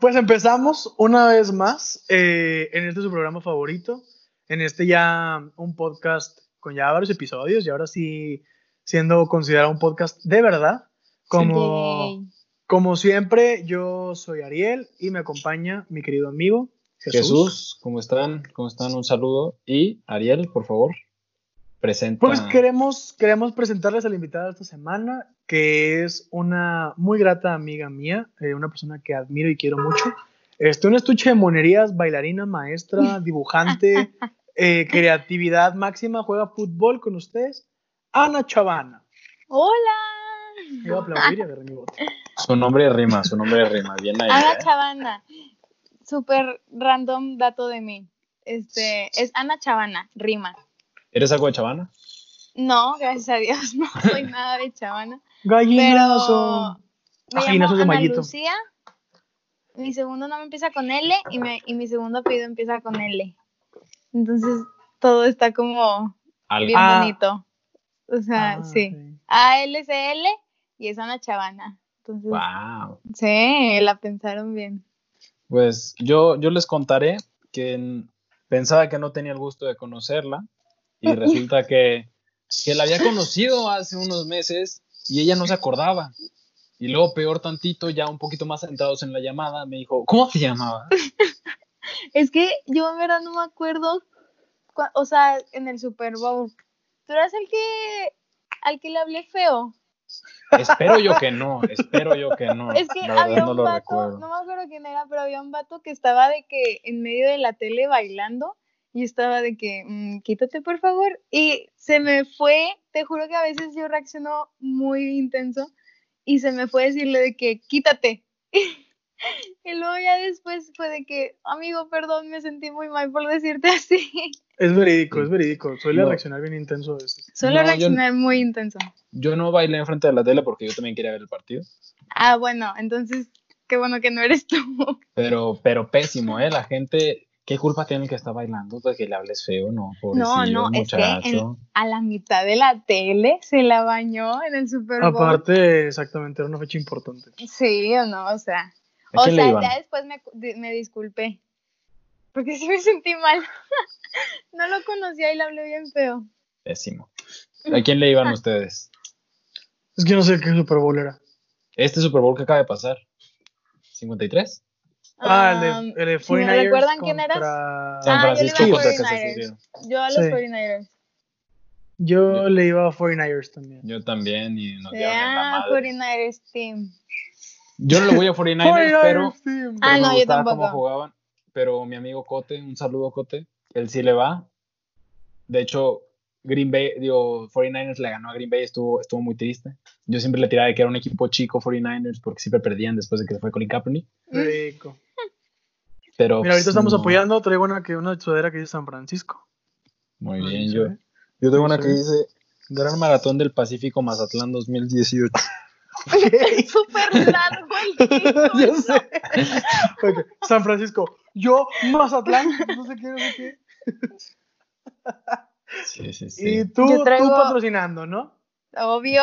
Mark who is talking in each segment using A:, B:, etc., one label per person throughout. A: Pues empezamos una vez más eh, en este su programa favorito, en este ya un podcast con ya varios episodios y ahora sí siendo considerado un podcast de verdad. Como,
B: Yay.
A: como siempre, yo soy Ariel y me acompaña mi querido amigo Jesús.
C: Jesús, ¿cómo están? ¿Cómo están? Un saludo. Y Ariel, por favor, presenta.
A: Pues queremos, queremos presentarles a la invitada de esta semana, que es una muy grata amiga mía, eh, una persona que admiro y quiero mucho. Este, un estuche de monerías, bailarina, maestra, dibujante, eh, creatividad máxima, juega fútbol con ustedes. Ana Chavana.
B: Hola.
A: Iba a aplaudir y agarré mi bote.
C: Su nombre rima, su nombre rima. Bien ahí.
B: Ana
C: ¿eh?
B: Chavana. Súper random dato de mí. Este, es Ana Chavana, rima.
C: ¿Eres algo de Chavana?
B: No, gracias a Dios, no soy nada de Chavana.
A: Gallinazo.
B: Me
A: Ah,
B: llamo
A: Inazos de
B: Ana
A: Mallito.
B: Lucía. Mi segundo nombre empieza con L y, me- y mi segundo apellido empieza con L. Entonces, todo está como
C: Algo.
B: bien
A: Ah.
B: bonito. O sea,
A: Ah,
B: sí. A L C L y es Ana Chavana. Entonces,
C: Wow.
B: sí, la pensaron bien.
C: Pues yo, yo les contaré que en- pensaba que no tenía el gusto de conocerla y resulta que, que la había conocido hace unos meses y ella no se acordaba. Y luego, peor tantito, ya un poquito más sentados en la llamada, me dijo, ¿cómo te llamaba?
B: Es que yo en verdad no me acuerdo, cua- o sea, en el Super Bowl. ¿Tú eras el que al que le hablé feo?
C: espero yo que no, espero yo que no.
B: Es que
C: la verdad
B: había
C: no
B: un
C: lo
B: vato,
C: recuerdo.
B: no me acuerdo quién era, pero había un vato que estaba de que en medio de la tele bailando y estaba de que, "Mm, quítate por favor. Y se me fue, te juro que a veces yo reacciono muy intenso y se me fue decirle de que, quítate. y luego ya después fue de que, amigo, perdón, me sentí muy mal por decirte así.
A: Es verídico, es verídico. Suele
C: No.
A: reaccionar bien intenso a veces.
B: Solo
C: No, yo-
B: reaccionar muy intenso.
C: Yo no bailé enfrente de la tele porque yo también quería ver el partido.
B: Ah, bueno, entonces qué bueno que no eres tú.
C: Pero, pero pésimo, ¿eh? La gente, ¿qué culpa tiene el que está bailando? Pues que le hables feo, ¿no? Pobrecillo,
B: no, es que en-
C: muchacho.
B: A la mitad de la tele se la bañó en el Super Bowl.
A: Aparte, exactamente, era una fecha importante.
B: Sí o no, o sea.
C: ¿A
B: O
C: quién le
B: sea,
C: iban?
B: ya después me, di- me disculpé. Porque sí me sentí mal. no lo conocía y le hablé bien feo.
C: Pésimo. ¿A quién le iban ustedes?
A: Es que no sé qué Super Bowl era.
C: Este Super Bowl que acaba de pasar. ¿53?
A: Ah, el
B: Um,
A: de, el de
B: si me
A: 49ers
B: recuerdan quién eras.
A: contra-
C: San
B: Ah, yo le iba
C: Francisco
B: a
C: contra Kansas
B: 49ers.
C: City.
B: yo a los
A: sí.
B: 49ers.
A: Yo le iba a 49ers también.
C: Yo también y nos dieron en la
B: Ah,
C: madre.
B: 49ers team.
C: Yo no le voy a 49ers, pero,
A: 49ers, sí.
B: Ah,
C: pero
B: no,
C: me
B: yo
C: gustaba cómo
B: tampoco.
C: jugaban. Pero mi amigo Cote, un saludo Cote, él sí le va. De hecho, Green Bay, digo, 49ers le ganó a Green Bay, estuvo, estuvo muy triste. Yo siempre le tiraba de que era un equipo chico 49ers porque siempre perdían después de que se fue Colin Kaepernick.
A: Rico.
C: Pero,
A: Mira, ahorita
C: pues,
A: estamos
C: no.
A: apoyando. Traigo una, que, una sudadera que dice San Francisco.
C: Muy
A: No,
C: bien,
A: no sé.
C: yo. Yo tengo una
A: Sí.
C: que dice Gran Maratón del Pacífico Mazatlán 2018.
B: Súper largo el título.
A: ya sé. Ok, San Francisco. Yo, Mazatlán. No sé qué, no sé qué.
C: Sí, sí, sí.
A: Y tú,
B: Yo
A: tú
B: traigo-
A: patrocinando, ¿no?
B: Obvio,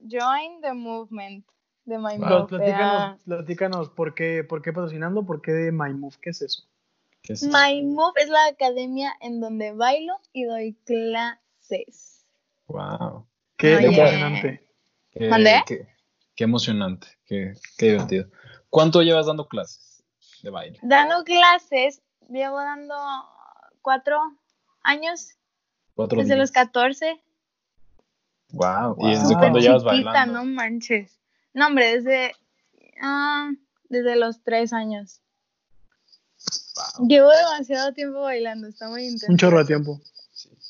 B: join the movement de My
C: Wow.
A: Los-
B: Mouth.
A: platícanos, platícanos por, qué, por qué patrocinando, por qué de MyMove. ¿Qué es eso?
C: ¿Qué es eso?
B: My Move es la academia en donde bailo y doy clases.
C: Wow.
A: Qué
C: Oye.
A: emocionante.
C: Qué,
B: ¿Mandé?
C: qué- qué emocionante, qué, qué divertido. ¿Cuánto llevas dando clases de baile?
B: Dando clases, llevo dando cuatro años,
C: Cuatro
B: desde los
C: días.
B: 14.
C: Wow.
A: Wow.
C: ¿Y desde
A: Súper
C: cuándo
B: Chiquita,
C: llevas bailando?
B: no manches. No, hombre, desde, ah, desde los tres años.
C: Wow.
B: Llevo demasiado tiempo bailando, está muy
A: Un
B: intenso.
A: chorro de tiempo.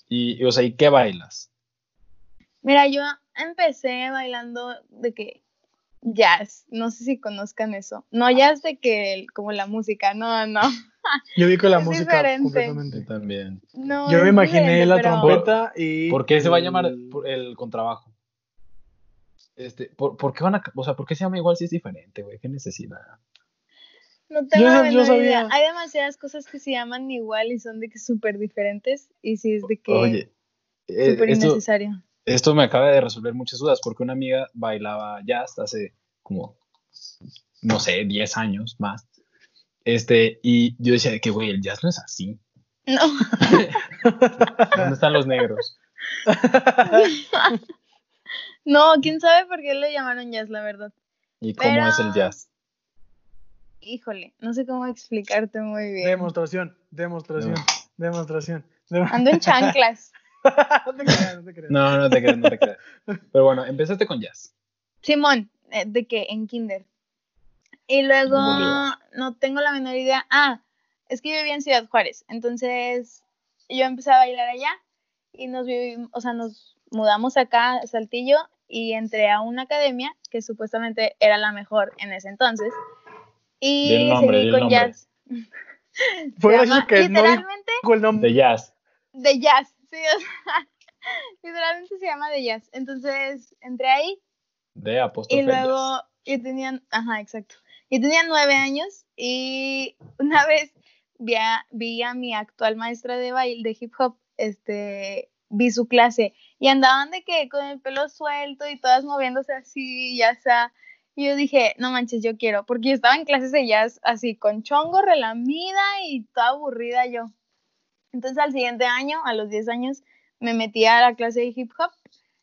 C: Y, y, o sea, ¿y qué bailas?
B: Mira, yo empecé bailando de que jazz, no sé si conozcan eso. No jazz de que el- como la música, no, no.
A: Yo vi con la
B: Es
A: música
B: diferente.
C: Yo
A: completamente.
C: también.
B: no
A: Yo me
B: es
A: imaginé
B: diferente,
A: la
B: pero-
A: trompeta y.
C: ¿Por qué se va a llamar
A: el-
C: por- el contrabajo? Este, ¿por, por qué van a, o sea, por qué se llama igual si es diferente, güey? ¿Qué necesidad?
B: No tengo
A: Yo
B: la
A: sab- yo
B: menor idea.
A: sabía.
B: Hay demasiadas cosas que se llaman igual y son de que súper diferentes y sí es de que
C: Oye, eh,
B: súper
C: esto,
B: innecesario.
C: esto me acaba de resolver muchas dudas porque una amiga bailaba jazz hace como, no sé, 10 años más. Este, y yo decía de que, güey, el jazz no es así.
B: No.
C: ¿Dónde están los negros?
B: No, quién sabe por qué le llamaron jazz, la verdad.
C: ¿Y cómo
B: Pero-
C: es el jazz?
B: Híjole, no sé cómo explicarte muy bien.
A: Demostración, demostración, demostración. dem-
B: Ando en chanclas.
A: no te creas, no te creas.
C: No, no te creas, no te creas. Pero bueno, empezaste con jazz.
B: Simón, eh, de que en kinder. Y luego,
C: Bolívar.
B: no tengo la menor idea. Ah, es que yo vivía en Ciudad Juárez. Entonces, yo empecé a bailar allá y nos vivimos, o sea, nos mudamos acá a Saltillo y entré a una academia que supuestamente era la mejor en ese entonces. Y
C: Di el nombre,
B: seguí
C: di el
B: con
C: nombre.
B: jazz.
A: Fue
B: Se
A: gracioso
B: llama-
A: que no
B: literalmente
A: dijo el nombre.
C: De jazz.
B: de jazz. Sí, o sea, literalmente se llama de jazz. Entonces, entré ahí
C: De apóstrofe.
B: Y
C: jazz.
B: luego, yo tenía, ajá, exacto. Yo tenía nueve años y una vez vi a, vi a mi actual maestra de baile, de hip hop, este, vi su clase y andaban de que con el pelo suelto y todas moviéndose así, ya sea. Y yo dije, no manches, yo quiero, porque yo estaba en clases de jazz así, con chongo, relamida y toda aburrida yo. Entonces al siguiente año, a los 10 años, me metí a la clase de hip hop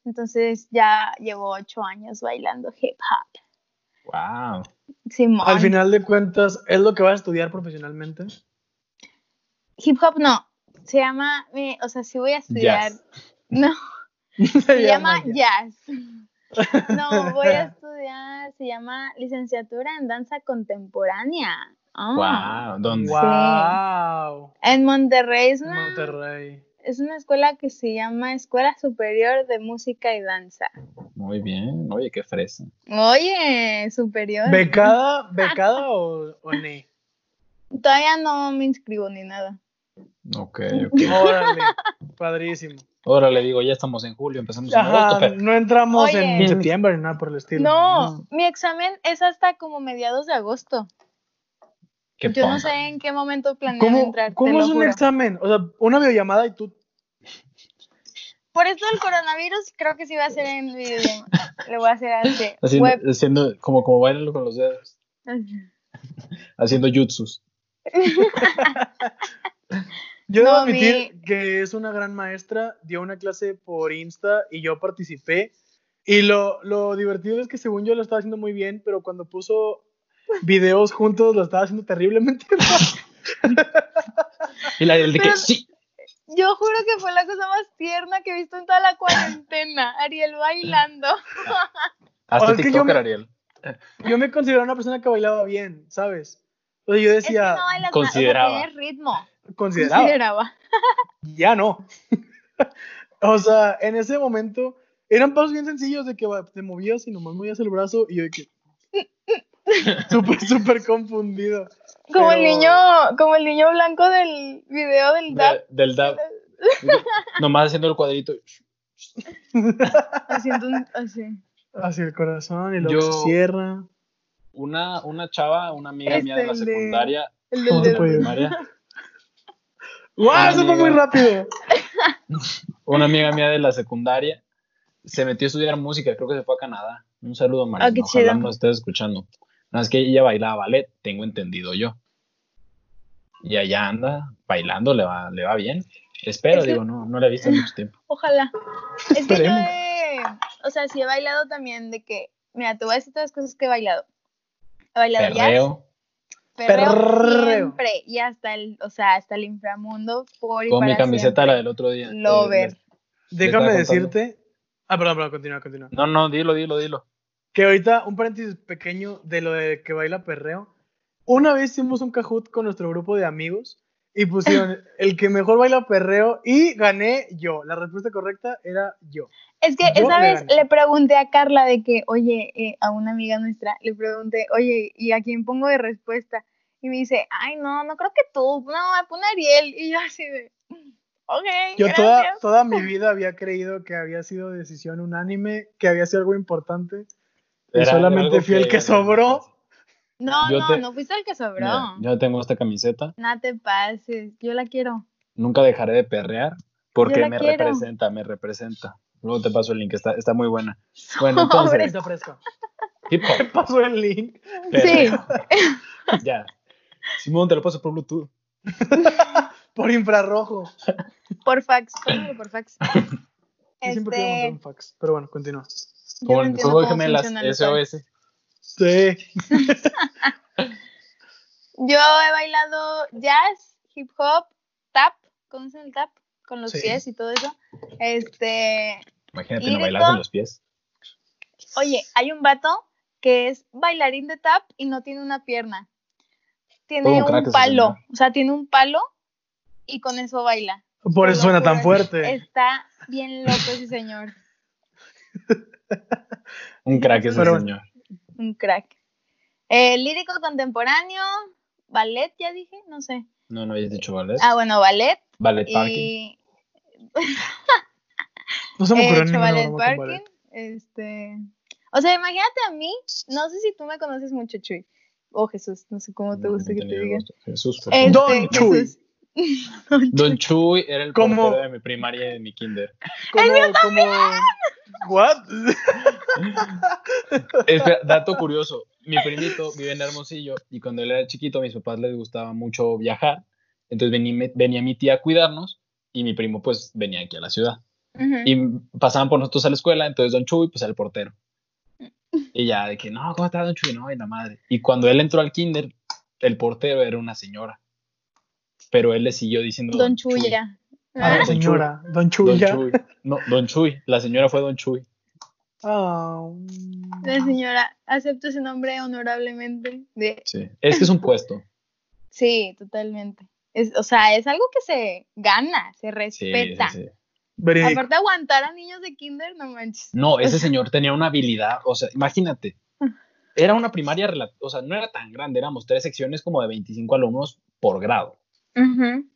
B: entonces ya llevo ocho años bailando hip hop.
C: Wow.
B: Simón.
A: Al final de cuentas, ¿es lo que vas a estudiar profesionalmente?
B: Hip hop no. Se llama, eh, o sea, sí voy a estudiar.
C: Jazz.
B: No, se
A: Se
B: llama
A: jazz.
B: jazz. No, voy a estudiar, se llama licenciatura en danza contemporánea. Ah.
C: Wow. ¿Dónde?
A: Wow.
B: En Monterrey es una,
A: Monterrey.
B: es una escuela que se llama Escuela Superior de Música y Danza.
C: Muy bien. Oye, qué fresa.
B: Oye, superior.
A: ¿Becada, becada o, o ne?
B: Todavía no me inscribo ni nada.
C: Ok, ok.
A: Órale, padrísimo.
C: Ahora le digo, ya estamos en julio, empezamos en agosto,
A: Ajá,
C: pero
A: no entramos
B: Oye.
A: en septiembre ni nada por el estilo.
B: No, mi examen es hasta como mediados de agosto.
C: qué
B: Yo no
C: poca.
B: sé en qué momento planean
A: ¿Cómo,
B: entrar. te
A: cómo
B: lo
A: es un
B: juro.
A: examen? O sea, una videollamada y tú.
B: Por esto el coronavirus, creo que sí va a ser en video. Le voy a hacer así.
C: Haciendo,
B: web.
C: haciendo como, como bailando con los dedos, haciendo jutsus.
A: Yo debo
B: No,
A: admitir que es una gran maestra, dio una clase por Insta y yo participé. Y lo, lo divertido es que según yo lo estaba haciendo muy bien, pero cuando puso videos juntos lo estaba haciendo terriblemente mal.
C: Y la del de que
B: Pero-
C: sí.
B: Yo juro que fue la cosa más tierna que he visto en toda la cuarentena. Ariel bailando.
C: Hasta
A: es que yo
C: TikToker,
A: me-
C: Ariel.
A: Yo me consideraba una persona que bailaba bien, ¿sabes? O sea, yo
B: Es que no
A: decía,
B: bailas nada, o sea,
C: Consideraba.
B: tienes ritmo.
A: consideraba.
B: Consideraba.
A: ya no. o sea, en ese momento eran pasos bien sencillos de que va, te movías y nomás movías el brazo y yo de que... Súper, súper confundido.
B: Como el
A: Pero-
B: niño, como el niño blanco del video del DAP.
C: De- del dab. Nomás haciendo el cuadrito.
B: Haciendo un, así.
A: Hacia el corazón y luego
C: Yo-
A: se cierra.
C: Una, una chava, una amiga mía de la
B: Este, el de-
C: secundaria,
B: El
A: ¿Cómo
B: del
A: se
B: dedo.
A: puede?
C: primaria,
A: ¡Wow! Eso fue
C: amiga.
A: muy rápido.
C: una amiga mía de la secundaria se metió a estudiar música, creo que se fue a Canadá. Un saludo, María.
B: Ah, qué
C: Ojalá
B: chido.
C: nos estés escuchando. No, es que ella bailaba ballet, tengo entendido yo. Y allá anda bailando, le va, le va bien. Espero,
B: Es que-
C: digo, no, no la he visto en mucho tiempo.
B: Ojalá. Es que yo
A: Esperemos.
B: he, o sea, sí he bailado también de que, mira, te voy a decir todas las cosas que he bailado. He bailado jazz,
C: Perreo,
B: perreo,
A: Perreo.
B: siempre y hasta el, o sea, hasta el inframundo por y
C: con mi
B: para
C: camiseta, la
B: siempre.
C: del otro día. eh,
B: Lover.
A: Déjame
C: estaba contando.
A: decirte. Ah, perdón, perdón, continúa, continúa.
C: No, no, dilo, dilo, dilo.
A: Que ahorita, un paréntesis pequeño de lo de que baila perreo. Una vez hicimos un cajut con nuestro grupo de amigos y pusieron el que mejor baila perreo y gané yo. La respuesta correcta era yo.
B: Es que
A: Yo
B: esa
A: le
B: vez
A: gané.
B: le pregunté a Carla de que, oye, eh, a una amiga nuestra, le pregunté, oye, ¿y a quién pongo de respuesta? Y me dice, ay, no, no creo que tú, no, pon a Ariel. Y yo así de, ok,
A: Yo
B: gracias.
A: toda, toda mi vida había creído que había sido decisión unánime, que había sido algo importante. Y
C: Era
A: solamente
C: algo
A: fui el que sobró.
B: No,
C: Yo
B: no,
C: te-
B: no fuiste el que sobró.
C: Mira, yo tengo esta camiseta,
B: No te pases, yo la quiero.
C: nunca dejaré de perrear porque
B: la
C: me
B: quiero.
C: representa, me representa. Luego te paso el link, está, está muy buena. Bueno, entonces,
A: Está fresco.
C: hip hop,
A: Pasó el link.
B: Sí,
C: perreo, ya. Simón, te lo paso por Bluetooth.
A: Por infrarrojo.
B: Por fax, pónganlo por fax.
A: Yo siempre quiero mandar
B: Este,
A: un fax. Pero bueno, continúa.
B: yo
C: Como
B: no
C: en
B: entiendo
C: juego de
B: cómo
C: gemelas,
B: funcionan los fax.
C: SOS.
A: Sí.
B: Yo he bailado jazz, hip hop, tap, ¿cómo se el tap? Con los
A: Sí.
B: pies y todo eso. Este,
C: Imagínate,
B: Lírico.
C: no bailas en los pies.
B: oye, hay un vato que es bailarín de tap y no tiene una pierna.
C: Todo
B: Tiene
C: un crack
B: un
C: ese
B: palo,
C: señor.
B: o sea, tiene un palo y con eso baila.
A: Por
B: Te
A: eso
B: lo
A: suena tan
B: juro,
A: fuerte.
B: Está bien loco ese señor,
C: Un crack ese
A: Pero-
C: señor.
B: un crack. Eh, lírico contemporáneo, ballet, ya dije, no sé.
C: No, no habías dicho ballet.
B: Ah, bueno, ballet
C: ballet parking.
B: y
A: No se me
B: He
A: ocurrió
B: hecho
A: ninguna
B: ballet
A: broma con
B: eh, parking,
A: ballet.
B: Este, o sea, imagínate a mí, no sé si tú me conoces mucho, Chuy, o Jesús, no sé cómo te
C: No,
B: gusta
C: no
B: que
C: tenía
B: te digan.
C: gusto. Jesús, por
B: Este,
C: favor.
A: Don Chuy.
B: Jesús.
C: Don Chuy era el
A: ¿Cómo?
C: portero de mi primaria y de mi kinder.
A: Como, como... ¿What?
C: Espera, dato curioso. Mi primito vive en Hermosillo y cuando él era chiquito a mis papás les gustaba mucho viajar. Entonces venía, venía mi tía a cuidarnos y mi primo pues venía aquí a la ciudad.
B: Ujú.
C: Y pasaban por nosotros a la escuela, entonces Don Chuy pues era el portero. Y ya de que, no, ¿cómo está Don Chuy? No, y la madre. Y cuando él entró al kinder, el portero era una señora. Pero él le siguió diciendo
B: Don Chuy ya.
A: Ah,
C: Don Chuy.
A: señora. Don
C: Don
A: Chuya.
C: Chuy. No, Don Chuy. La señora fue Don Chuy.
A: Ah,
B: La señora, acepto ese nombre honorablemente. De-
C: Sí. Es que es un puesto.
B: Sí, totalmente. Es, o sea, es algo que se gana, se
C: Sí,
B: respeta.
C: sí, sí.
A: verídico.
B: Aparte, aguantar a niños de kinder, no manches.
C: No, ese señor tenía una habilidad, o sea, imagínate.
B: Ah.
C: Era una primaria, rela- o sea, no era tan grande, éramos tres secciones como de 25 alumnos por grado.
B: Ujú.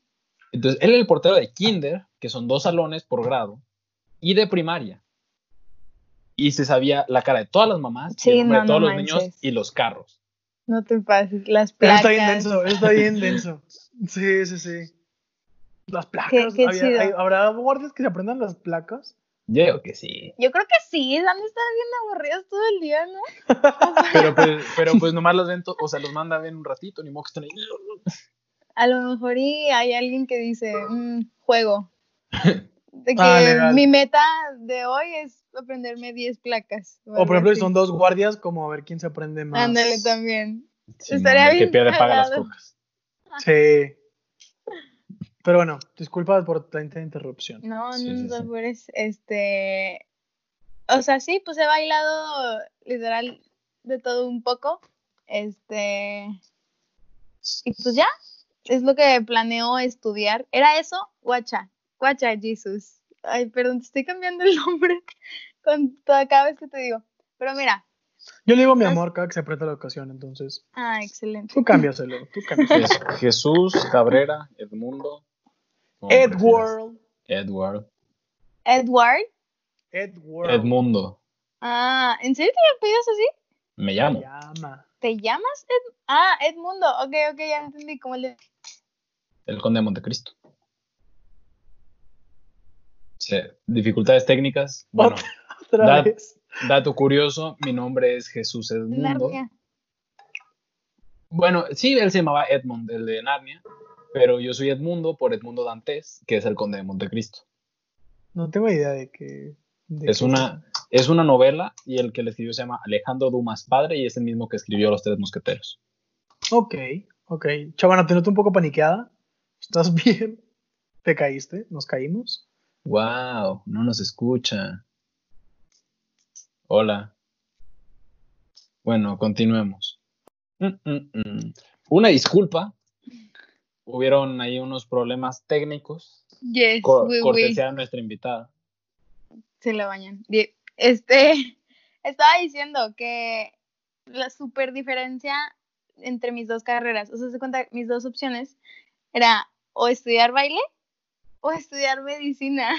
C: Entonces, él era el portero de kinder, que son dos salones por grado, y de primaria. Y se sabía la cara de todas las mamás, y
B: Sí,
C: el nombre
B: no,
C: de todos
B: no
C: los niños
B: manches.
C: y los carros.
B: No te pases, las
A: Eso
B: placas.
A: está bien denso, eso está bien denso. Sí, sí, sí. Las placas.
B: qué
A: había-
B: chido.
A: hay- ¿Habrá guardias que se aprendan las placas?
C: Yo digo que sí.
B: Yo creo que sí, han de estar bien aburridos todo el día, ¿no?
C: Pero pues, pero pues nomás los ven, to- o sea, los mandan bien un ratito, ni modo que estén ahí.
B: A lo mejor y hay alguien que dice, "Mm, juego. De que
A: Ah, legal.
B: mi meta de hoy es aprenderme 10 placas.
A: O por ejemplo, si son
B: dos
A: dos guardias, como a ver quién se aprende más.
B: Ándale también.
C: Sí,
B: Estaría
C: no, el que
B: bien
C: pierde paga las
B: cagado.
C: copas.
A: Sí. Pero bueno, disculpas por tanta interrupción.
B: No,
C: Sí,
B: no,
C: sí,
B: no
C: sí.
B: sabores, este... O sea, sí, pues he bailado literal de todo un poco. Este... Y pues ya, es lo que planeo estudiar. ¿Era eso? Guacha, guacha, Jesus. Ay, perdón, te estoy cambiando el nombre con toda cada vez que te digo. Pero mira,
A: Yo le digo a mi amor cada que se aprieta la ocasión, entonces
B: ah, excelente.
A: tú cámbiaselo, tú cámbiaselo.
C: Jes- Jesús, Cabrera, Edmundo. como prefieras.
A: Edward.
C: Edward.
B: Edward.
A: Edward.
C: Edmundo.
B: Ah, ¿en serio te apellidas así?
C: Me
A: se
C: llamo.
A: llama.
B: ¿Te llamas Ed? Ah, Edmundo. Ok, ok, ya entendí. ¿Cómo le...
C: El Conde de Montecristo. Sí, dificultades técnicas. Bueno,
A: Otra
C: Da-
A: vez.
C: dato curioso, mi nombre es Jesús Edmundo.
B: Narnia.
C: Bueno, sí, él se llamaba Edmund, el de Narnia, pero yo soy Edmundo por Edmundo Dantes, que es el Conde de Montecristo.
A: No tengo idea de que. de
C: Es
A: que-
C: una, es una novela y el que le escribió se llama Alejandro Dumas Padre y es el mismo que escribió Los Tres Mosqueteros.
A: Ok, ok. Chavana, te noto un poco paniqueada. ¿Estás bien? ¿Te caíste? ¿Nos caímos?
C: Wow, no nos escucha. Hola. Bueno, continuemos. Mm, mm, mm. Una disculpa. Hubieron ahí unos problemas técnicos.
B: Yes,
C: Co-
B: we, we.
C: cortesía de nuestra invitada.
B: Se la bañan. Die- Este, estaba diciendo que la super diferencia entre mis dos carreras, o sea, se cuenta, mis dos opciones era o estudiar baile o estudiar medicina.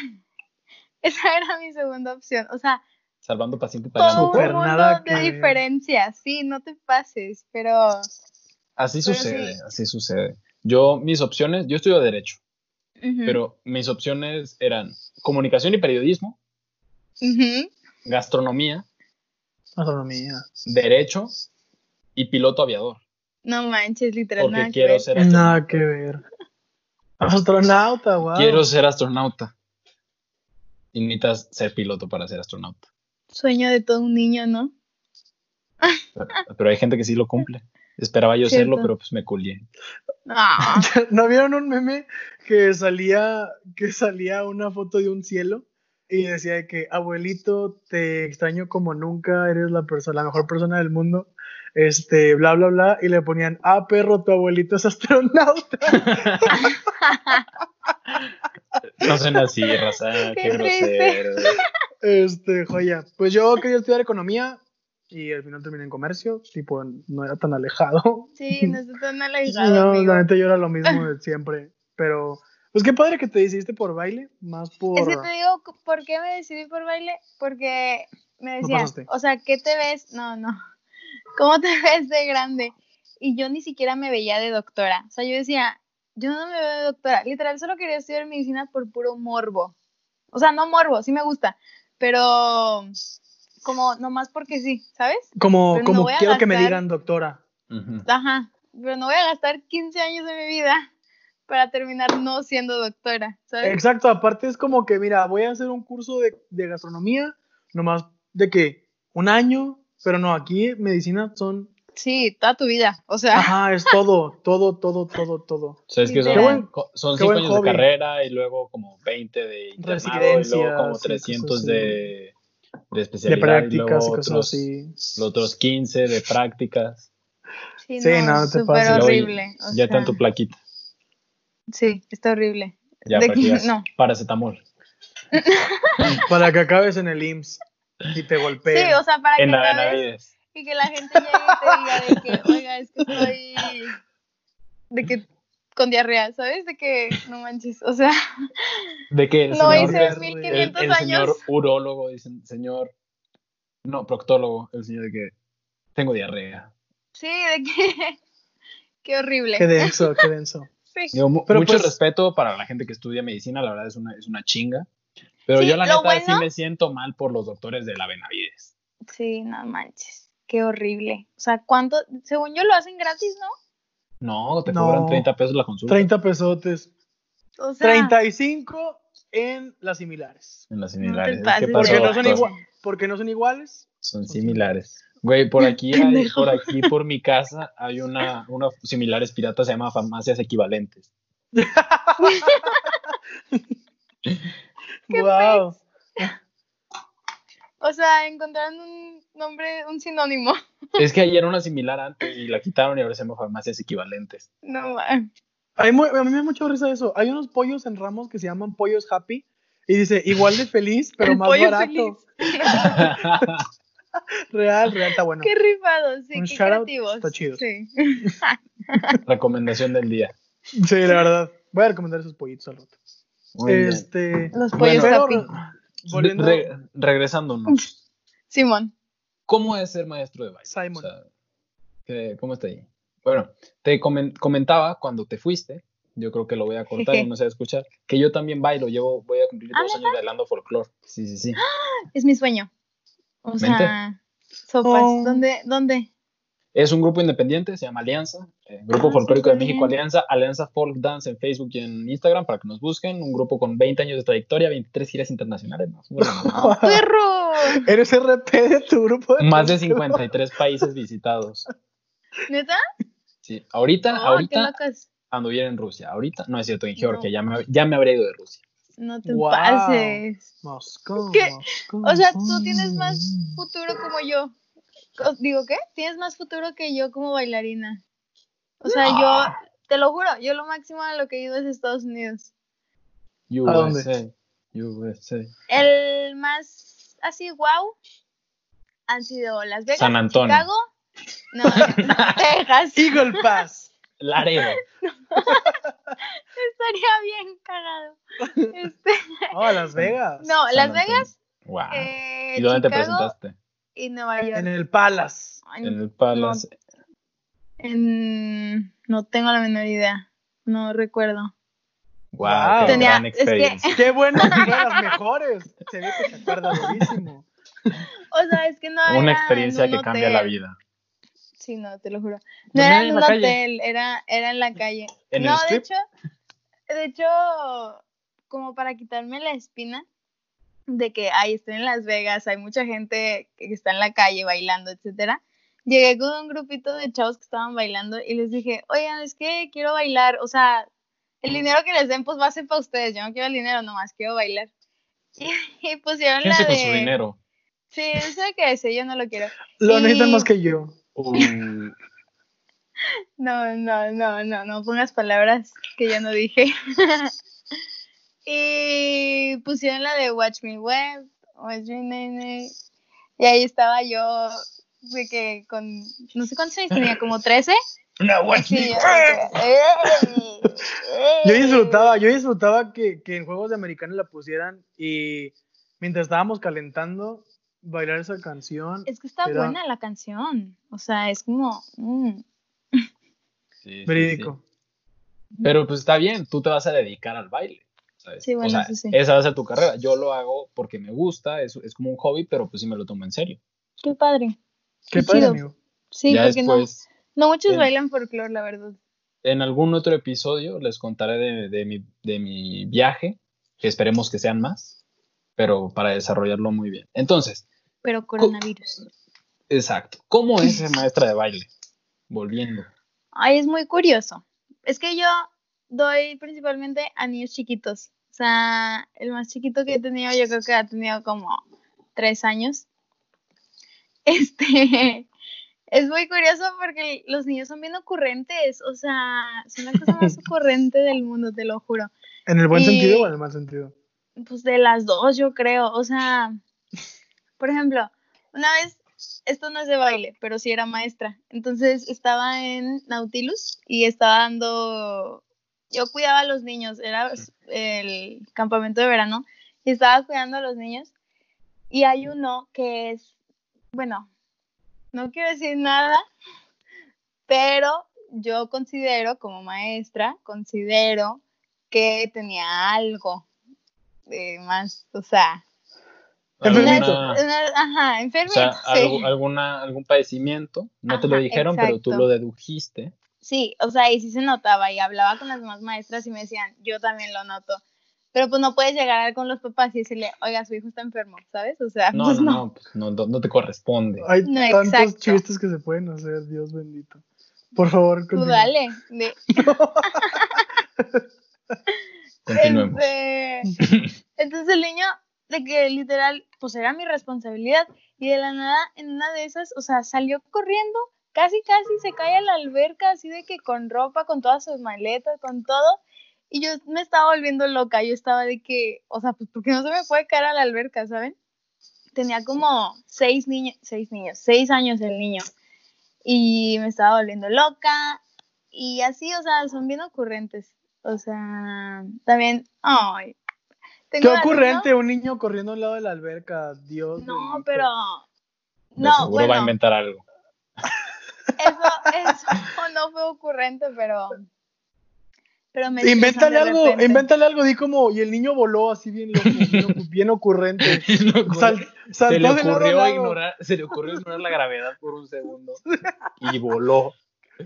B: Esa era mi segunda opción. O sea,
C: Salvando paciente
B: todo
C: pagando.
A: Súper
B: un mundo
A: nada que
B: de
A: ver.
B: diferencia. Sí, no te pases, pero...
C: Así
B: Pero
C: sucede,
B: sí.
C: así sucede. Yo, mis opciones, yo estudio Derecho,
B: ujú,
C: pero mis opciones eran comunicación y periodismo,
B: ujú.
C: gastronomía,
A: Astronomía.
C: derecho y piloto aviador.
B: No manches, literal. nada
C: porque
B: que
C: quiero
B: ver.
C: ser astronauta.
A: Nada que ver. Astronauta, wow.
C: Quiero ser astronauta. Y necesitas ser piloto para ser astronauta.
B: Sueño de todo un niño, ¿no?
C: Pero, pero hay gente que sí lo cumple. Esperaba yo
B: Cierto.
C: serlo, pero pues me culié.
B: Ah,
A: ¿No vieron un meme que salía, que salía una foto de un cielo y decía de que abuelito, te extraño como nunca, eres la persona, la mejor persona del mundo? Este, bla, bla, bla, y le ponían, ah, perro, tu abuelito es astronauta.
C: No suena así, raza.
B: Qué
C: Qué grosero.
A: Este, joya. Pues yo quería estudiar economía y al final terminé en comercio, tipo, no era tan alejado.
B: sí, nosotros no lo
A: No,
B: hicimos. amigo.
A: la neta yo era lo mismo de siempre, pero pues qué padre que te hiciste por baile, más por...
B: Es que te digo, cu- ¿por qué me decidí por baile? Porque me
A: Lo
B: decían,
A: pasaste.
B: o sea, ¿qué te ves? No, no. ¿Cómo te ves de grande? Y yo ni siquiera me veía de doctora. O sea, yo decía, yo no me veo de doctora. Literal, solo quería estudiar medicina por puro morbo. O sea, no morbo, sí me gusta, pero como nomás porque sí, ¿sabes?
A: Como,
B: Pero no
A: como
B: voy a
A: quiero que me
B: gastar-
A: digan doctora.
C: Ujú.
B: Ajá, pero no voy a gastar 15 años de mi vida para terminar no siendo doctora, ¿sabes?
A: Exacto, aparte es como que, mira, voy a hacer un curso de, de gastronomía, nomás de que un año, pero no, aquí medicina son...
B: Sí, toda tu vida, o sea.
A: Ajá, es todo, todo, todo, todo, todo.
C: O sea, es que
B: Qué
C: son,
A: buen-
C: co- son
A: qué
C: cinco
A: buen
C: años
A: hobby.
C: de carrera y luego como 20 de internado y luego
A: Residencias y
C: como
A: cosas
C: 300
A: así.
C: de, de
A: De
C: especialidad y
A: prácticas
C: luego
A: y cosas
C: otros,
A: así.
C: los otros 15 de prácticas.
B: Sí,
A: Sí,
B: no,
A: no, te
B: súper
A: pases.
B: horrible. o
C: ya está
B: sea,
C: en tu plaquita.
B: Sí, está horrible.
C: Ya
B: De
C: para
B: que-
C: que digas,
B: no.
C: paracetamol.
A: Para que acabes en el IMSS y te golpeen.
B: Sí, o sea, para
C: En
B: que
C: la
B: acabes
C: Benavides.
B: y que la gente llegue y te diga de que, oiga, es que estoy de que con diarrea, ¿sabes? De que no manches, o sea,
C: De que el
B: lo
C: señor,
A: hice
B: hice
A: que-
B: mil
C: el,
B: 1500
C: el señor
B: años.
C: urólogo, dicen, señor, no, proctólogo, el señor de que tengo diarrea.
B: Sí, de que qué horrible.
A: Qué denso, qué denso.
B: Sí.
C: Digo, mu-
A: Pero
C: mucho
A: pues-
C: respeto para la gente que estudia medicina, la verdad es una, es una chinga. Pero
B: Sí,
C: yo la
B: lo
C: neta sí
B: bueno-
C: me siento mal por los doctores de la Benavides.
B: Sí, no manches, qué horrible. O sea, cuánto según yo lo hacen gratis, ¿no?
C: No, te
A: No.
C: cobran 30 pesos la consulta
A: 30 pesotes.
B: O sea,
A: 35 en las similares.
C: en las
B: no te
C: similares. Es
B: pases.
C: que
B: de
A: Porque
C: pasó-
A: no son
C: pasó-
A: igual. Porque no son iguales.
C: Son similares. Güey, por aquí, hay-
B: Pendejo.
C: por aquí, por mi casa, hay una, una similares pirata, se llama Farmacias Equivalentes.
B: Qué
A: Guau.
B: O sea, encontraron un nombre, un sinónimo.
C: Es que ayer era una similar antes y la quitaron y ahora se llama Farmacias Equivalentes.
B: No man.
A: Hay mu- a mí me da mucha risa eso. Hay unos pollos en ramos que se llaman pollos happy. Y dice, igual de feliz, pero
B: El
A: más
B: pollo
A: barato.
B: feliz.
A: Real, real, está bueno.
B: Qué rifado, sí,
A: Un
B: qué
A: shout out,
B: creativos.
A: está chido.
B: Sí.
C: Recomendación del día.
A: Sí, la verdad. Voy a recomendar esos pollitos al rato.
C: Muy bien.
A: Este.
B: Los
C: Bueno,
B: pollos
A: pero-
B: happy.
A: volviendo-
C: Re- regresándonos.
B: Simón.
C: ¿Cómo es ser maestro de baile?
A: Simon.
C: O sea, ¿qué- ¿Cómo está ahí? Bueno, te comen- comentaba cuando te fuiste, yo creo que lo voy a cortar y no se va a escuchar, que yo también bailo, llevo, voy a cumplir
B: Ah,
C: dos años bailando folclore. Sí, sí, sí.
B: Es mi sueño. O sea, sopas.
A: Oh.
B: ¿Dónde? ¿Dónde?
C: Es un grupo independiente, se llama Alianza, eh, Grupo
B: Ah,
C: Folclórico de
B: súper
C: México
B: bien.
C: Alianza, Alianza Folk Dance en Facebook y en Instagram para que nos busquen, un grupo con 20 años de trayectoria, 23 giras internacionales, ¿no? Bueno, no.
B: ¡Perro!
A: Eres RP de tu grupo.
C: más de 53 países visitados.
B: ¿Neta?
C: Sí, ahorita,
B: Oh, qué
C: ahorita
B: locas.
C: anduviera en Rusia. Ahorita, no es cierto, en
B: No.
C: Georgia, ya, me, ya me habría ido de Rusia.
B: No te
A: Wow.
B: pases.
A: Moscú,
B: ¿Qué?
A: Moscú,
B: O sea, tú
A: Moscú.
B: tienes más futuro como yo. Co- Digo, ¿qué? Tienes más futuro que yo como bailarina. O sea, yo,
C: Ah.
B: te lo juro, yo lo máximo a lo que he ido es Estados Unidos.
A: ¿A
C: USA,
A: dónde?
C: USA.
B: El más así wow han sido Las Vegas,
C: San Antonio.
B: Chicago, no, Texas.
A: Eagle Pass.
C: Laredo.
B: Estaría bien cagado. Este,
A: Oh, Las Vegas.
B: no,
C: San
B: Las
C: Antonio.
B: Vegas,
C: Wow.
B: eh,
C: ¿Y dónde te
B: Chicago
C: presentaste?
B: y Nueva
A: En
B: York.
A: el Palace.
B: Ay,
C: En el Palace.
B: en- no tengo la menor idea. No recuerdo.
C: Wow,
A: Wow.
C: qué
B: Tenía-
C: gran
B: es que-
C: experiencia.
A: Qué bueno que fue de las mejores. Se ve que te acuerdas buenísimo.
B: O sea, es que no
C: Una
B: era en
C: experiencia
B: un
C: que cambia la
B: hotel.
C: vida.
B: Sí, no, te lo juro.
C: ¿Dónde
B: No
C: era
B: era
C: en
B: en un
C: la calle?
B: hotel, era, era en la calle.
C: ¿En el
B: no, de
C: strip?
B: hecho, de hecho, como para quitarme la espina de que, ay, estoy en Las Vegas, hay mucha gente que está en la calle bailando, etcétera. Llegué con un grupito de chavos que estaban bailando y les dije, oigan, es que quiero bailar, o sea, el dinero que les den pues va a ser para ustedes, yo no quiero el dinero, nomás quiero bailar. Y, pusieron la
C: Quédense
B: de...
C: con su dinero.
B: Sí, eso de que ese yo no lo quiero.
A: Lo
B: Y-
A: necesitan más que yo.
C: Uy,
B: No, no, no, no, no pongas palabras que ya no dije. y pusieron la de Watch Me Web, Watch Me Nene. Y ahí estaba yo, de que con, no sé cuántos años tenía, como 13.
C: Una watch
B: Sí,
C: me.
B: yo, ¡Ey!
A: Yo
B: ¡Ey!
A: disfrutaba, yo disfrutaba que, que en juegos de americano la pusieran y mientras estábamos calentando, bailar esa canción.
B: Es que está
A: Era-
B: buena la canción. O sea, es como. mm.
C: Sí, sí,
A: Verídico.
C: sí. Pero pues está bien, tú te vas a dedicar al baile. ¿sabes?
B: Sí, bueno,
C: O sea,
B: eso sí.
C: Esa va a ser tu carrera. Yo lo hago porque me gusta, es, es como un hobby, pero pues sí me lo tomo en serio.
B: Qué padre.
A: Qué
B: Qué
A: padre,
B: chido.
A: amigo.
B: Sí,
C: ya
B: porque
C: después.
B: no, no muchos
C: eh,
B: bailan folclore, la verdad.
C: en algún otro episodio les contaré de, de mi, de mi viaje, que esperemos que sean más, pero para desarrollarlo muy bien. Entonces,
B: Pero coronavirus.
C: exacto. ¿Cómo es ser maestra de baile? Volviendo.
B: Ay, es muy curioso. Es que yo doy principalmente a niños chiquitos. O sea, el más chiquito que he tenido, yo creo que ha tenido como tres años. Este es muy curioso porque los niños son bien ocurrentes. O sea, son la cosa más ocurrente del mundo, te lo juro.
A: ¿En el buen
B: Y-
A: sentido o en el mal sentido?
B: Pues de las dos, yo creo. O sea, por ejemplo, una vez, esto no es de baile, pero sí era maestra. Entonces estaba en Nautilus y estaba dando. Yo cuidaba a los niños, era el campamento de verano, y estaba cuidando a los niños. Y hay uno que es. Bueno, no quiero decir nada, pero yo considero, como maestra, considero que tenía algo eh, más, o sea,
A: Enfermito.
C: Alguna-
B: una- ajá,
C: o
B: enfermito,
C: sea,
B: sí.
C: algo- alguna, algún padecimiento, no te lo
B: Ajá,
C: dijeron, pero tú
B: exacto.
C: lo dedujiste.
B: Sí, o sea, y sí se notaba y hablaba con las demás maestras y me decían, yo también lo noto. Pero pues no puedes llegar con los papás y decirle, oiga, su hijo está enfermo, ¿sabes? O sea,
C: No,
B: pues
C: no, no, pues, no, no, no te corresponde.
A: Hay
B: No,
A: tantos
B: exacto.
A: chistes que se pueden hacer, Dios bendito. Por favor,
B: tú
A: continúa.
B: dale. de- eh,
C: Continuemos.
B: Este, entonces el niño, de que literal, pues era mi responsabilidad. Y de la nada, en una de esas, o sea, salió corriendo, casi, casi se cae a la alberca, así de que con ropa, con todas sus maletas, con todo. Y yo me estaba volviendo loca, yo estaba de que, o sea, pues porque no se me puede caer a la alberca, ¿saben? Tenía como seis niños, seis niños, seis años el niño. Y me estaba volviendo loca. Y así, o sea, son bien ocurrentes. O sea, también, ay.
A: Qué
B: Tengo al
A: ocurrente, un niño corriendo al lado de la alberca, Dios.
B: niño- No,
A: bendito.
B: pero.
C: De
B: No,
C: seguro va a
B: bueno,
C: inventar algo.
B: eso, eso no fue ocurrente, pero. Pero me
A: E Invéntale
B: estresan de
A: algo,
B: repente.
A: invéntale algo, di como, y el niño voló así bien loco, bien, ocu- bien ocurrente. Sal-
C: se le
A: saltó de lado a
C: ocurrió
A: lado.
C: ignorar, se le ocurrió ignorar la gravedad por un segundo y voló.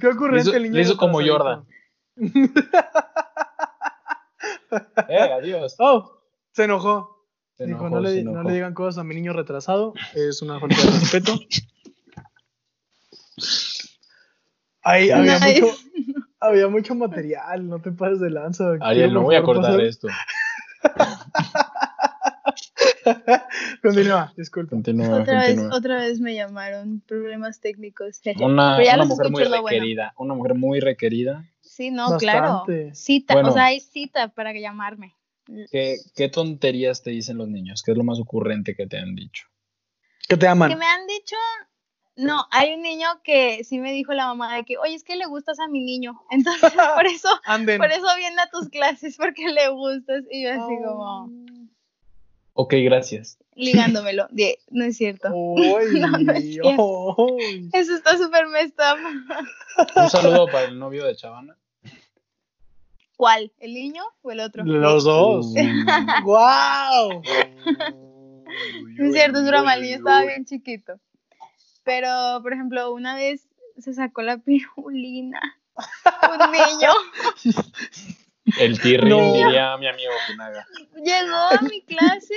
A: Qué ocurrente
C: Le hizo-
A: el niño.
C: le hizo
A: del
C: como
A: pasadito.
C: Jordan. Eh, adiós.
A: Oh, se enojó.
C: Se
A: Dijo,
C: enojó,
A: no,
C: se
A: le, no
C: enojó.
A: le digan cosas a mi niño retrasado, es una falta de respeto. Ahí había,
B: Nice.
A: mucho, había mucho material, no te pares de lanza.
C: Ariel, no voy a cortar
A: eso.
C: esto.
A: Continúa, disculpa.
C: Continúa,
B: Otra vez,
C: continúa.
B: otra vez me llamaron, problemas técnicos. jeje.
C: Una,
B: Pero ya
C: una
B: los
C: mujer
B: escucho,
C: muy
B: lo bueno.
C: requerida, una mujer muy requerida.
B: Sí, no,
A: Bastante.
B: claro. Cita,
C: Bueno.
B: o sea, hay cita para llamarme.
C: ¿Qué, ¿Qué tonterías te dicen los niños? ¿Qué es lo más ocurrente que te han dicho?
A: Que te aman.
B: Que me han dicho, no, hay un niño que sí me dijo la mamá de que, oye, es que le gustas a mi niño. Entonces, por eso,
A: Anden.
B: por eso viene a tus clases, porque le gustas. Y yo
C: Oh.
B: así
A: Oh.
B: como,
C: Ok, gracias.
B: ligándomelo. Die- no es cierto.
A: Oh. Uy,
B: No, no es cierto.
A: uy.
B: Eso está súper messed up.
C: Un saludo para el novio de Chavana.
B: ¿Cuál? ¿El niño o el otro?
A: Los dos. ¡Wow!
B: No es cierto, es broma, el niño estaba bien chiquito. Pero, por ejemplo, una vez se sacó la pirulina. Un niño
C: El tirri,
A: No.
C: diría mi amigo Funaga.
B: llegó a mi clase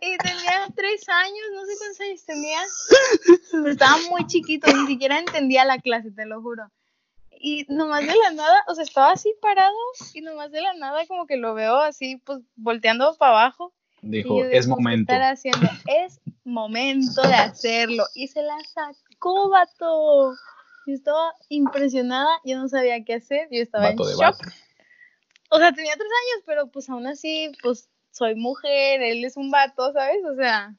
B: y tenía tres años, no sé cuántos años tenía. Pero estaba muy chiquito, ni siquiera entendía la clase, te lo juro. Y nomás de la nada, o sea, estaba así parado y nomás de la nada como que lo veo así, pues volteando para abajo. y
C: Dijo,
B: yo de, pues,
C: es
B: ¿qué
C: momento.
B: estará haciendo? Es momento de hacerlo. Y se la sacó, vato. Yo estaba impresionada, yo no sabía qué hacer, yo estaba
C: Vato
B: en
C: de
B: shock.
C: vato.
B: O sea, tenía tres años, pero pues aún así, pues soy mujer, él es un vato, ¿sabes? O sea,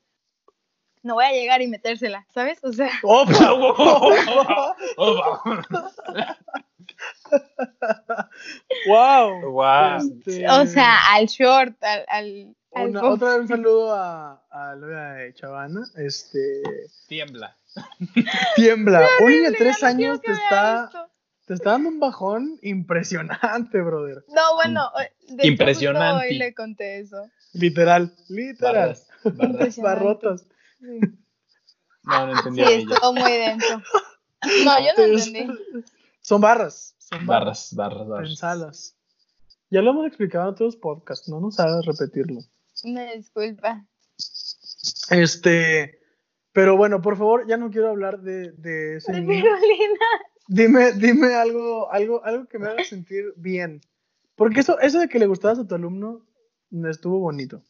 B: no voy a llegar y metérsela, ¿sabes? O sea,
A: ¡Opa!
C: Oh,
A: ¡Wow!
C: Guau.
A: Este,
B: o sea, al short, al... al, al
A: Una-
B: box.
A: otra vez un saludo a, a Lola de Chavana. Este,
C: Tiembla.
A: tiembla. Un niño de
B: Horrible,
A: tres
B: ya no quiero
A: años
B: que
A: te
B: vea
A: está,
B: esto.
A: te está dando un bajón impresionante, brother.
B: No, bueno, de hecho, justo
C: Impresionante.
B: Hoy le conté eso.
A: Literal, literal.
C: Barras. barras.
A: Barrotas.
B: Sí,
C: No, no
B: Sí,
C: entendía ella.
B: estuvo muy denso. No, yo no entendí.
A: Son barras. Son
C: Barras, barras, barras.
A: Pensadas. Ya lo hemos explicado en otros podcasts, no nos hagas repetirlo.
B: Me disculpa.
A: Este, pero bueno, por favor, ya no quiero hablar de, de ese
B: De
A: niño.
B: pirulina.
A: Dime, dime algo, algo, algo que me haga sentir bien. Porque eso, eso de que le gustabas a tu alumno no estuvo bonito.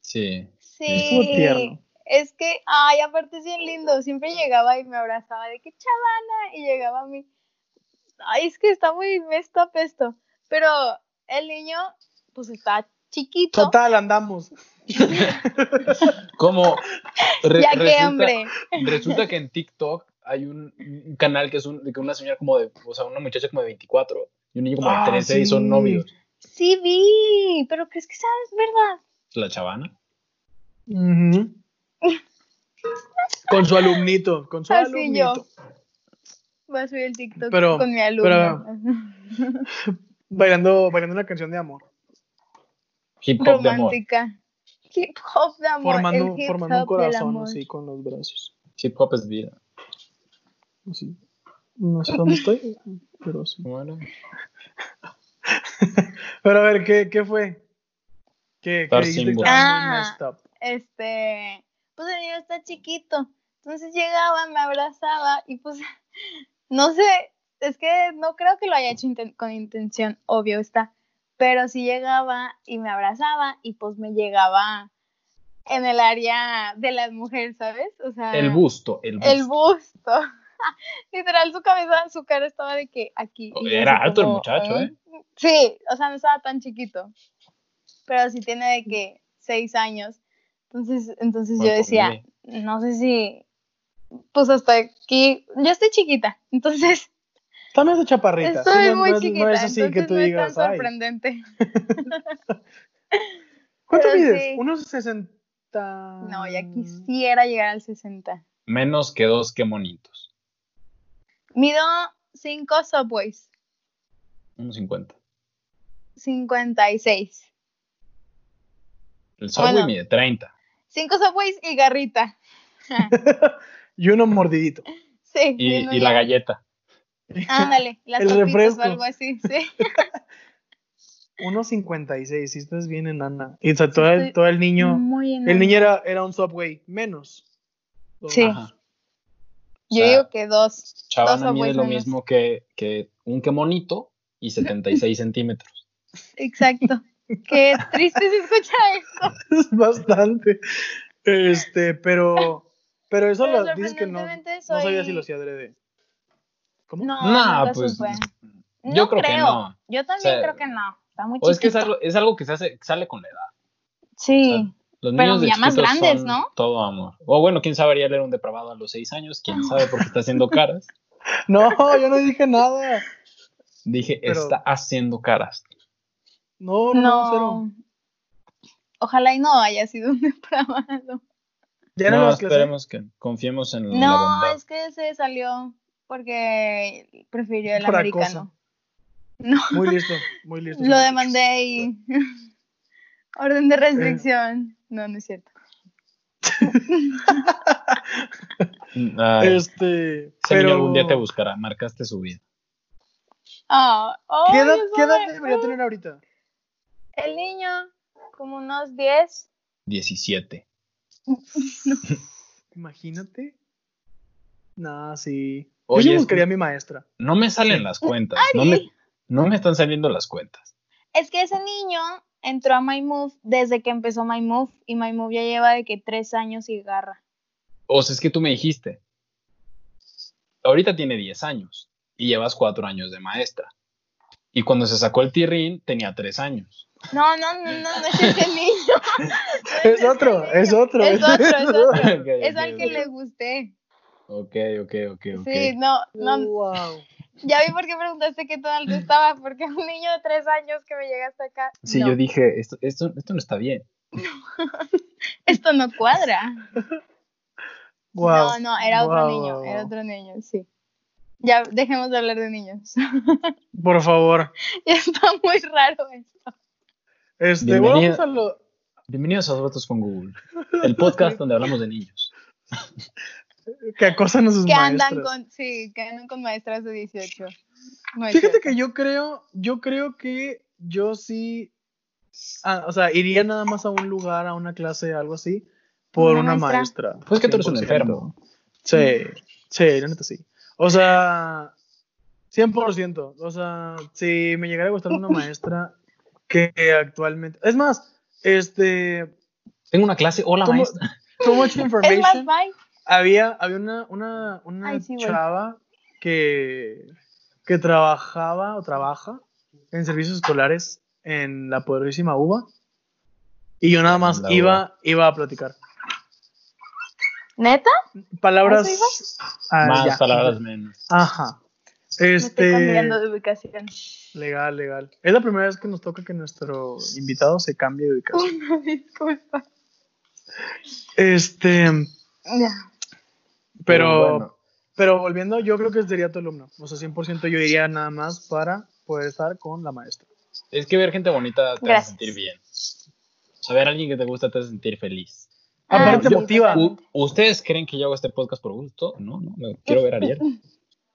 C: Sí.
B: Sí.
A: Estuvo tierno.
B: Es que, ay, aparte es bien lindo. Siempre llegaba y me abrazaba de que chavana. Y llegaba a mí. Ay, es que está muy messed up esto. Pero el niño, pues está chiquito.
A: Total, andamos.
C: Como re-
B: ya que
C: resulta-
B: hambre.
C: Resulta que en TikTok hay un, un canal que es un, que una señora como de, o sea, una muchacha como de 24 y un niño como de
A: Ah,
C: 13 y son
A: sí.
C: novios.
B: Sí, vi. Pero crees que sabes, ¿verdad?
C: La chavana.
A: Ujú. Con su alumnito, con su
B: Así yo.
A: alumnito.
B: Voy a subir el TikTok
A: Pero-
B: con mi alumno.
A: Bailando, bailando una canción de amor.
C: Hip hop de amor.
B: Romántica. Hip hop de amor.
A: Formando,
B: el hip
A: formando un
B: hop del
A: corazón
B: amor.
A: así con los brazos.
C: Hip hop es vida.
A: Así. No sé dónde estoy, pero sí.
C: Bueno,
A: Pero a ver, ¿qué, qué fue? ¿Qué, qué
C: Estar
A: dijiste
C: sin
A: que
C: voz.
A: estaba muy
B: Ah.
A: messed up?
B: este, pues el niño está chiquito. Entonces llegaba, me abrazaba y pues, no sé, es que no creo que lo haya hecho inten- con intención, obvio está, pero sí llegaba y me abrazaba y pues me llegaba en el área de las mujeres, ¿sabes? O sea,
C: el busto, el busto.
B: Ah. el busto. Literal, su cabeza, su cara estaba de que aquí.
A: Oh,
B: y yo
C: Era
B: así
C: alto el
B: como,
C: muchacho, ¿eh?
B: Sí, o sea, no estaba tan chiquito. Pero sí tiene de que seis años. Entonces, entonces yo
C: Bueno,
A: pues,
C: pues,
B: decía, no sé si. Pues hasta aquí. Yo estoy chiquita, entonces
A: También es chaparrita. sí,
B: estoy
A: no-
B: muy
A: no es-
B: chiquita.
A: No es así que
B: entonces
A: tú
B: no
A: digas,
B: es tan
A: "Ay".
B: sorprendente.
A: ¿Cuánto
B: pero
A: mides?
B: sí.
A: ¿Unos 60?
B: No, ya quisiera llegar al 60.
C: Menos que dos, qué monitos.
B: Mido cinco subways,
C: Unos 50.
B: 56.
C: El Subway
B: Bueno.
C: mide 30.
B: Cinco subways y garrita.
A: Y uno mordidito.
B: Sí.
C: Y,
B: no,
C: y
B: ya.
C: la galleta.
B: Ándale, las
A: El
B: papitas
A: refresco.
B: o algo así, sí.
A: Unos 56, si estás bien enana. Y o sea, todo, el,
B: estoy
A: todo el niño,
B: Muy
A: el
B: enana.
A: niño era, era un Subway, menos.
B: Sí.
C: Ajá.
B: Yo
C: O sea,
B: digo que dos.
C: Chavana
B: dos
C: mide
B: Subways
C: lo
B: menos.
C: mismo que, que un que monito y 76 centímetros.
B: Exacto. Qué triste se escucha eso.
A: Es bastante. Este, pero, pero eso
B: Pero
A: lo dices que no, no
B: sorprendentemente
A: sabía
B: soy-
A: si lo hacía adrede. ¿Cómo?
B: No,
C: Nah,
B: nunca
C: pues,
B: supe.
C: yo
B: No
C: creo que no.
B: Yo
C: O
B: también
C: sea,
B: creo que no. Está muy
C: O es que es
B: chiquito.
C: algo, es algo que se hace, sale con la edad.
B: Sí.
C: Los
B: Pero
C: niños de
B: ya más
C: chiquitos
B: grandes,
C: son
B: ¿no?
C: Todo amor. O bueno, quién sabe, ya era un depravado a los seis años, quién sabe porque está haciendo caras.
A: No, yo no dije nada.
C: Dije,
A: Pero-
C: está haciendo caras.
A: No, no, no, cero.
B: No. Ojalá y no haya sido un depravado.
A: Ya
C: no,
A: no, las clases.
C: esperemos que confiemos en Mm, la
B: No,
C: bondad.
B: es que se salió porque prefirió el
A: Por acoso.
B: americano. No.
A: Muy listo, muy listo.
B: Lo demandé y. Orden de restricción. No, no es cierto.
C: Ay,
A: Este,
C: ese niño
A: pero
C: algún día te buscará, marcaste su vida.
B: Ah, ay,
A: ¿Qué edad,
B: eso
A: qué edad
B: me-
A: debería tener ahorita?
B: El niño, como unos 10.
C: 17.
A: Imagínate. No, sí.
C: Oye,
A: Yo sí
C: es-
A: buscaría a mi maestra.
C: No me salen las cuentas, no me, no me están saliendo las cuentas.
B: Es que ese niño entró a MyMove desde que empezó MyMove y MyMove ya lleva de que tres años y garra.
C: O sea, es que tú me dijiste, ahorita tiene 10 años y llevas 4 años de maestra. Y cuando se sacó el tirrín tenía 3 años.
B: No, no, no, no, no es ese niño. No
A: Es
B: ese
A: otro,
B: niño.
A: es otro.
B: Es otro, es otro.
C: Ok,
B: Es
C: ok,
B: al que
C: ok.
B: le gusté.
C: Ok, ok, ok, ok.
B: Sí, no, no.
A: Wow.
B: Ya vi por qué preguntaste qué tal estaba, porque un niño de tres años que me llega hasta acá.
C: Sí,
B: no,
C: yo dije, esto, esto, esto no está bien.
B: Esto no cuadra. No,
A: Wow.
B: no, era otro
A: Guau,
B: niño,
A: guau,
B: era
A: guau.
B: otro niño, sí. Ya dejemos de hablar de niños.
A: Por favor.
B: Está muy raro esto.
A: Este,
C: Bienvenido.
A: vamos a lo-
C: Bienvenidos a Datos con Google, el podcast donde hablamos de niños.
A: que acosan a sus
B: Que
A: maestras.
B: andan con, sí, que andan con maestras de 18. No es
A: Fíjate
B: cierto.
A: que yo creo, yo creo que yo sí, ah, o sea, iría nada más a un lugar, a una clase, algo así, por
B: Una
A: una,
B: maestra.
A: maestra.
C: Pues que tú eres un
A: 100%.
C: enfermo.
A: Sí,
B: Mm.
A: sí, la neta sí. O sea, 100%. O sea, si me llegara a gustar una maestra que actualmente... Es más, este...
C: Tengo una clase, hola
A: Too mu-
C: maestra.
A: too much
B: Es más,
A: information.
B: bye.
A: Había, había una, una, una
B: Ay, sí, güey.
A: chava que, que trabajaba o trabaja en servicios escolares en la poderosísima UBA. Y yo nada más
C: La
A: iba, iba a platicar.
B: ¿Neta?
A: Palabras.
B: ¿A eso
A: Ah,
C: Más
A: ya.
C: palabras menos.
A: Ajá.
B: Me estoy cambiando
A: Este.
B: de ubicación.
A: Legal, legal. Es la primera vez que nos toca que nuestro invitado se cambie de ubicación.
B: Una disculpa.
A: Este.
B: Ya.
A: Pero,
C: bueno,
A: pero volviendo, yo creo que sería tu alumno. O sea, 100% yo iría nada más para poder estar con la maestra.
C: es que ver gente bonita te hace
B: Gracias.
C: sentir bien. Saber a alguien que te gusta te hace sentir feliz.
B: Ah,
A: Aparte te
B: yo-
A: motiva.
C: U- ¿Ustedes creen que yo hago este podcast por gusto? No, no, me quiero ver a Ariel.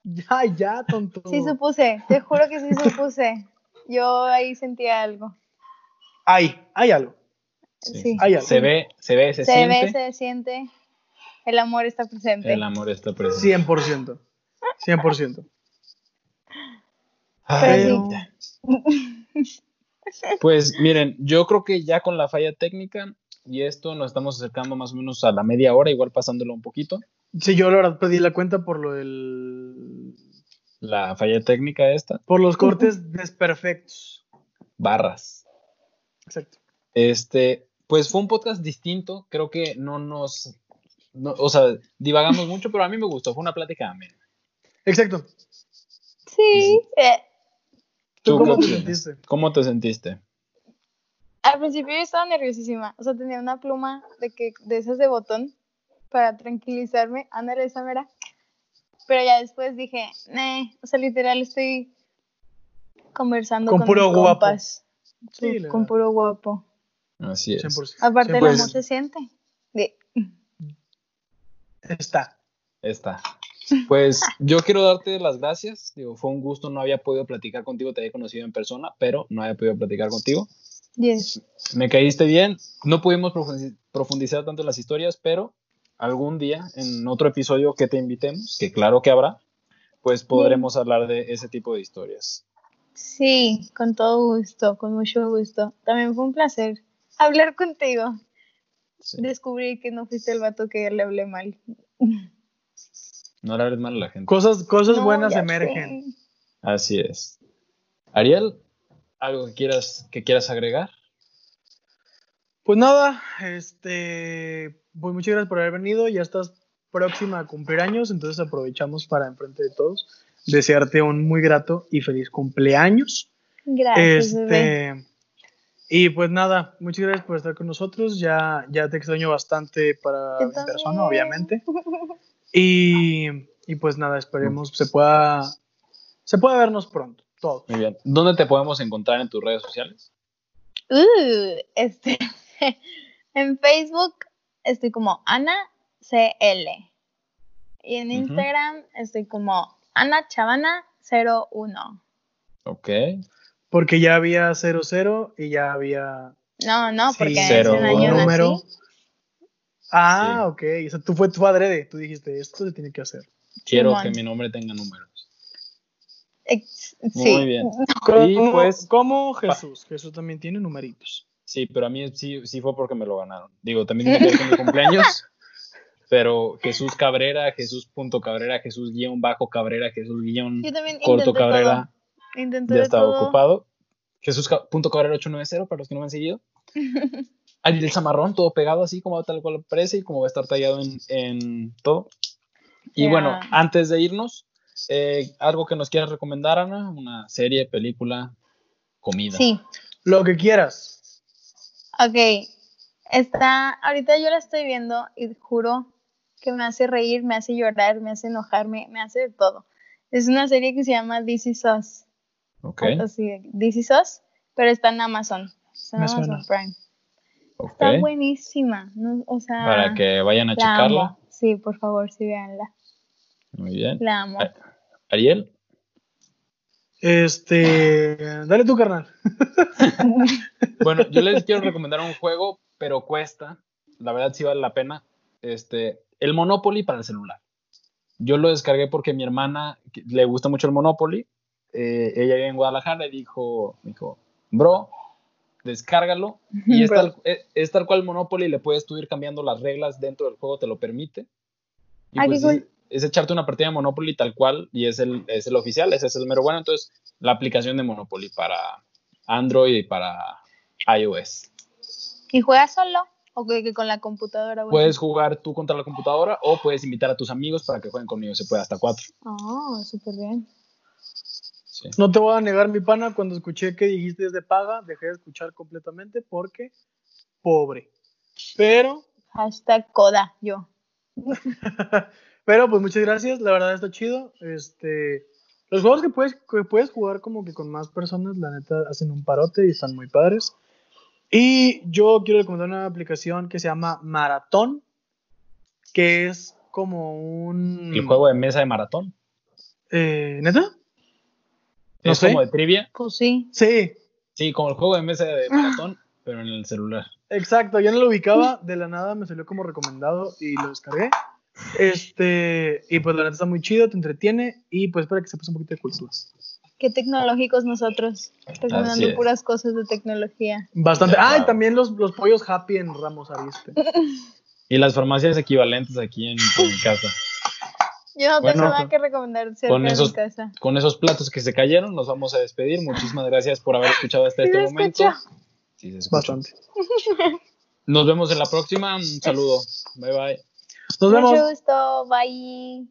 A: Ya, ya, tonto.
B: Sí supuse, te juro que sí supuse. Yo ahí sentía algo.
A: Hay, hay algo.
C: Sí.
B: Sí.
A: Hay algo.
C: Se ve, se ve, se,
B: Se
C: siente.
B: ve, se siente. El amor está presente.
C: El amor está presente.
A: 100%. 100%.
C: Ay,
B: Pero
C: Pues miren, yo creo que ya con la falla técnica y esto nos estamos acercando más o menos a la media hora, igual pasándolo un poquito.
A: Sí, yo la verdad pedí la cuenta por lo del.
C: La falla técnica esta,
A: Por los cortes desperfectos.
C: barras.
A: Exacto.
C: Este, pues fue un podcast distinto, creo que no nos, no- o sea, divagamos mucho, pero a mí me gustó, fue una plática amena.
A: Exacto. Pues
B: Sí. eh,
A: ¿Tú,
C: ¿Tú
A: cómo
C: qué
A: te
C: opinas?
A: sentiste?
C: ¿Cómo te sentiste?
B: al principio yo estaba nerviosísima. O sea, tenía una pluma de, que, de esas de botón para tranquilizarme. Ándale, esa mera. Pero ya después dije, "Neh", o sea, literal estoy conversando
A: Con
B: con,
A: puro
B: mis
A: guapo.
B: compas.
A: Sí,
B: Sí,
A: la
B: con
A: verdad.
B: puro guapo.
C: Así es.
A: 100%.
B: Aparte, el
C: Pues-
B: amor se siente. De-
A: Está.
C: Está. Pues yo quiero darte las gracias. Digo, fue un gusto, no había podido platicar contigo, te había conocido en persona, pero no había podido platicar contigo.
B: Yes.
C: Me caíste bien. No pudimos profundi- profundizar tanto en las historias, pero algún día, en otro episodio que te invitemos, que claro que habrá, pues podremos hablar de ese tipo de historias.
B: Sí, con todo gusto, con mucho gusto. También fue un placer hablar contigo.
C: Sí.
B: Descubrí que no fuiste el vato que le hablé mal.
C: No le hables mal a la gente.
A: Cosas, cosas
B: No,
A: buenas
B: ya
A: emergen.
B: sé.
C: Así es. Ariel, ¿algo que quieras, que quieras agregar?
A: Pues nada, este, pues muchas gracias por haber venido. Ya estás próxima a cumplir años, entonces aprovechamos para enfrente de todos desearte un muy grato y feliz cumpleaños.
B: Gracias, bebé.
A: este, y pues nada, muchas gracias por estar con nosotros. Ya, ya te extraño bastante para
B: Yo
A: en
B: también.
A: persona, obviamente. Y, y pues nada, esperemos se pueda se pueda vernos pronto, todos.
C: Muy bien. ¿Dónde te podemos encontrar en tus redes sociales?
B: Uh, este, en Facebook estoy como Ana CL. Y en
C: Ujú.
B: Instagram estoy como Ana Chavana 01.
C: Ok.
A: Porque ya había 00 y ya había
B: No, no,
A: Sí,
B: porque hace
C: cero,
B: un año
C: un
A: número.
B: nací.
A: Ah, ok. O sea, tú fue tu adrede. Tú dijiste, esto se tiene que hacer.
C: Quiero
B: Simón.
C: que mi nombre tenga números.
B: Ex- Sí.
C: Muy bien. Y
A: Como-
C: pues-
A: como Jesús. Jesús también tiene numeritos.
C: Sí, pero a mí sí, sí fue porque me lo ganaron. Digo, también tiene que ver con mi cumpleaños. Pero Jesús Cabrera, Jesús punto Cabrera, Jesús guión bajo Cabrera, Jesús guión
B: Yo también
C: corto
B: intenté
C: Cabrera,
B: todo. Intenté
C: ya
B: de
C: estaba
B: todo.
C: ocupado. Jesús Ca- punto Cabrera 890 para los que no me han seguido. Ariel Zamarrón, todo pegado así como tal cual parece y como va a estar tallado en, en todo. Y
B: Ya.
C: bueno, antes de irnos, eh, algo que nos quieras recomendar, Ana, una serie, película, comida.
B: Sí.
A: Lo que quieras.
B: Ok, está, ahorita yo la estoy viendo y juro que me hace reír, me hace llorar, me hace enojarme, me hace de todo. Es una serie que se llama This Is Us,
C: Ok,
B: algo así de- This Is Us, pero está en Amazon, está en
A: Me
B: Amazon
A: suena.
B: Prime.
C: ok.
B: Está buenísima, no, o sea,
C: Para que vayan a
B: la
C: checarla.
B: amo. Sí, por favor, sí, véanla,
C: Muy bien.
B: la amo.
C: Ay. Ariel,
A: Este. Dale tu carnal.
C: bueno, yo les quiero recomendar un juego, pero cuesta. La verdad sí vale la pena. Este, el Monopoly para el celular. Yo lo descargué porque mi hermana que- le gusta mucho el Monopoly. eh, ella vive en Guadalajara y dijo, dijo, bro, descárgalo. Y es
B: Bro.
C: tal, es- es tal cual Monopoly, le puedes tú ir cambiando las reglas dentro del juego, te lo permite. Y
B: Ah, qué
C: pues,
B: cool.
C: es, es echarte una partida de Monopoly tal cual, y es el, es el oficial, ese es el mero bueno. Entonces, la aplicación de Monopoly para Android y para iOS.
B: ¿Y juegas solo o que, que con la computadora? güey?
C: Puedes jugar tú contra la computadora o puedes invitar a tus amigos para que jueguen conmigo, se puede hasta cuatro.
B: Oh, súper bien.
C: Sí.
A: No te voy a negar, mi pana, cuando escuché que dijiste es de paga, dejé de escuchar completamente porque pobre. Pero,
B: Hashtag coda, yo.
A: pero pues muchas gracias, la verdad está chido. Este, los juegos que puedes, que puedes jugar como que con más personas, la neta, hacen un parote y están muy padres. Y yo quiero recomendar una aplicación que se llama Maratón, que es como un...
C: El juego de mesa de maratón.
A: Eh, ¿Neta? No
C: es
A: sé.
C: como de trivia.
B: Pues sí,
A: Sí,
C: Sí, como el juego de mesa
B: Ah.
C: de maratón, pero en el celular.
A: Exacto, yo no lo ubicaba, de la nada me salió como recomendado y lo descargué. Este, y pues la neta está muy chido, te entretiene y pues para que sepas un poquito de culturas.
B: Qué tecnológicos nosotros,
C: Así
B: recomendando
C: es.
B: puras cosas de tecnología.
A: Bastante.
C: Ya,
A: Ah, y
C: claro.
A: también los, los pollos happy en Ramos Arizpe.
C: Y las farmacias equivalentes aquí en, en mi casa.
B: Yo no
C: Bueno,
B: tengo nada que recomendar cerca
C: con esos-
B: de mi casa.
C: Con esos platos que se cayeron, nos vamos a despedir. Muchísimas gracias por haber escuchado hasta
B: Sí
C: este
B: se
C: momento.
B: escuchó.
C: Sí, se escuchó.
A: Bastante.
C: Nos vemos en la próxima. Un saludo. Bye bye.
A: Nos vemos.
B: Mucho gusto, bye.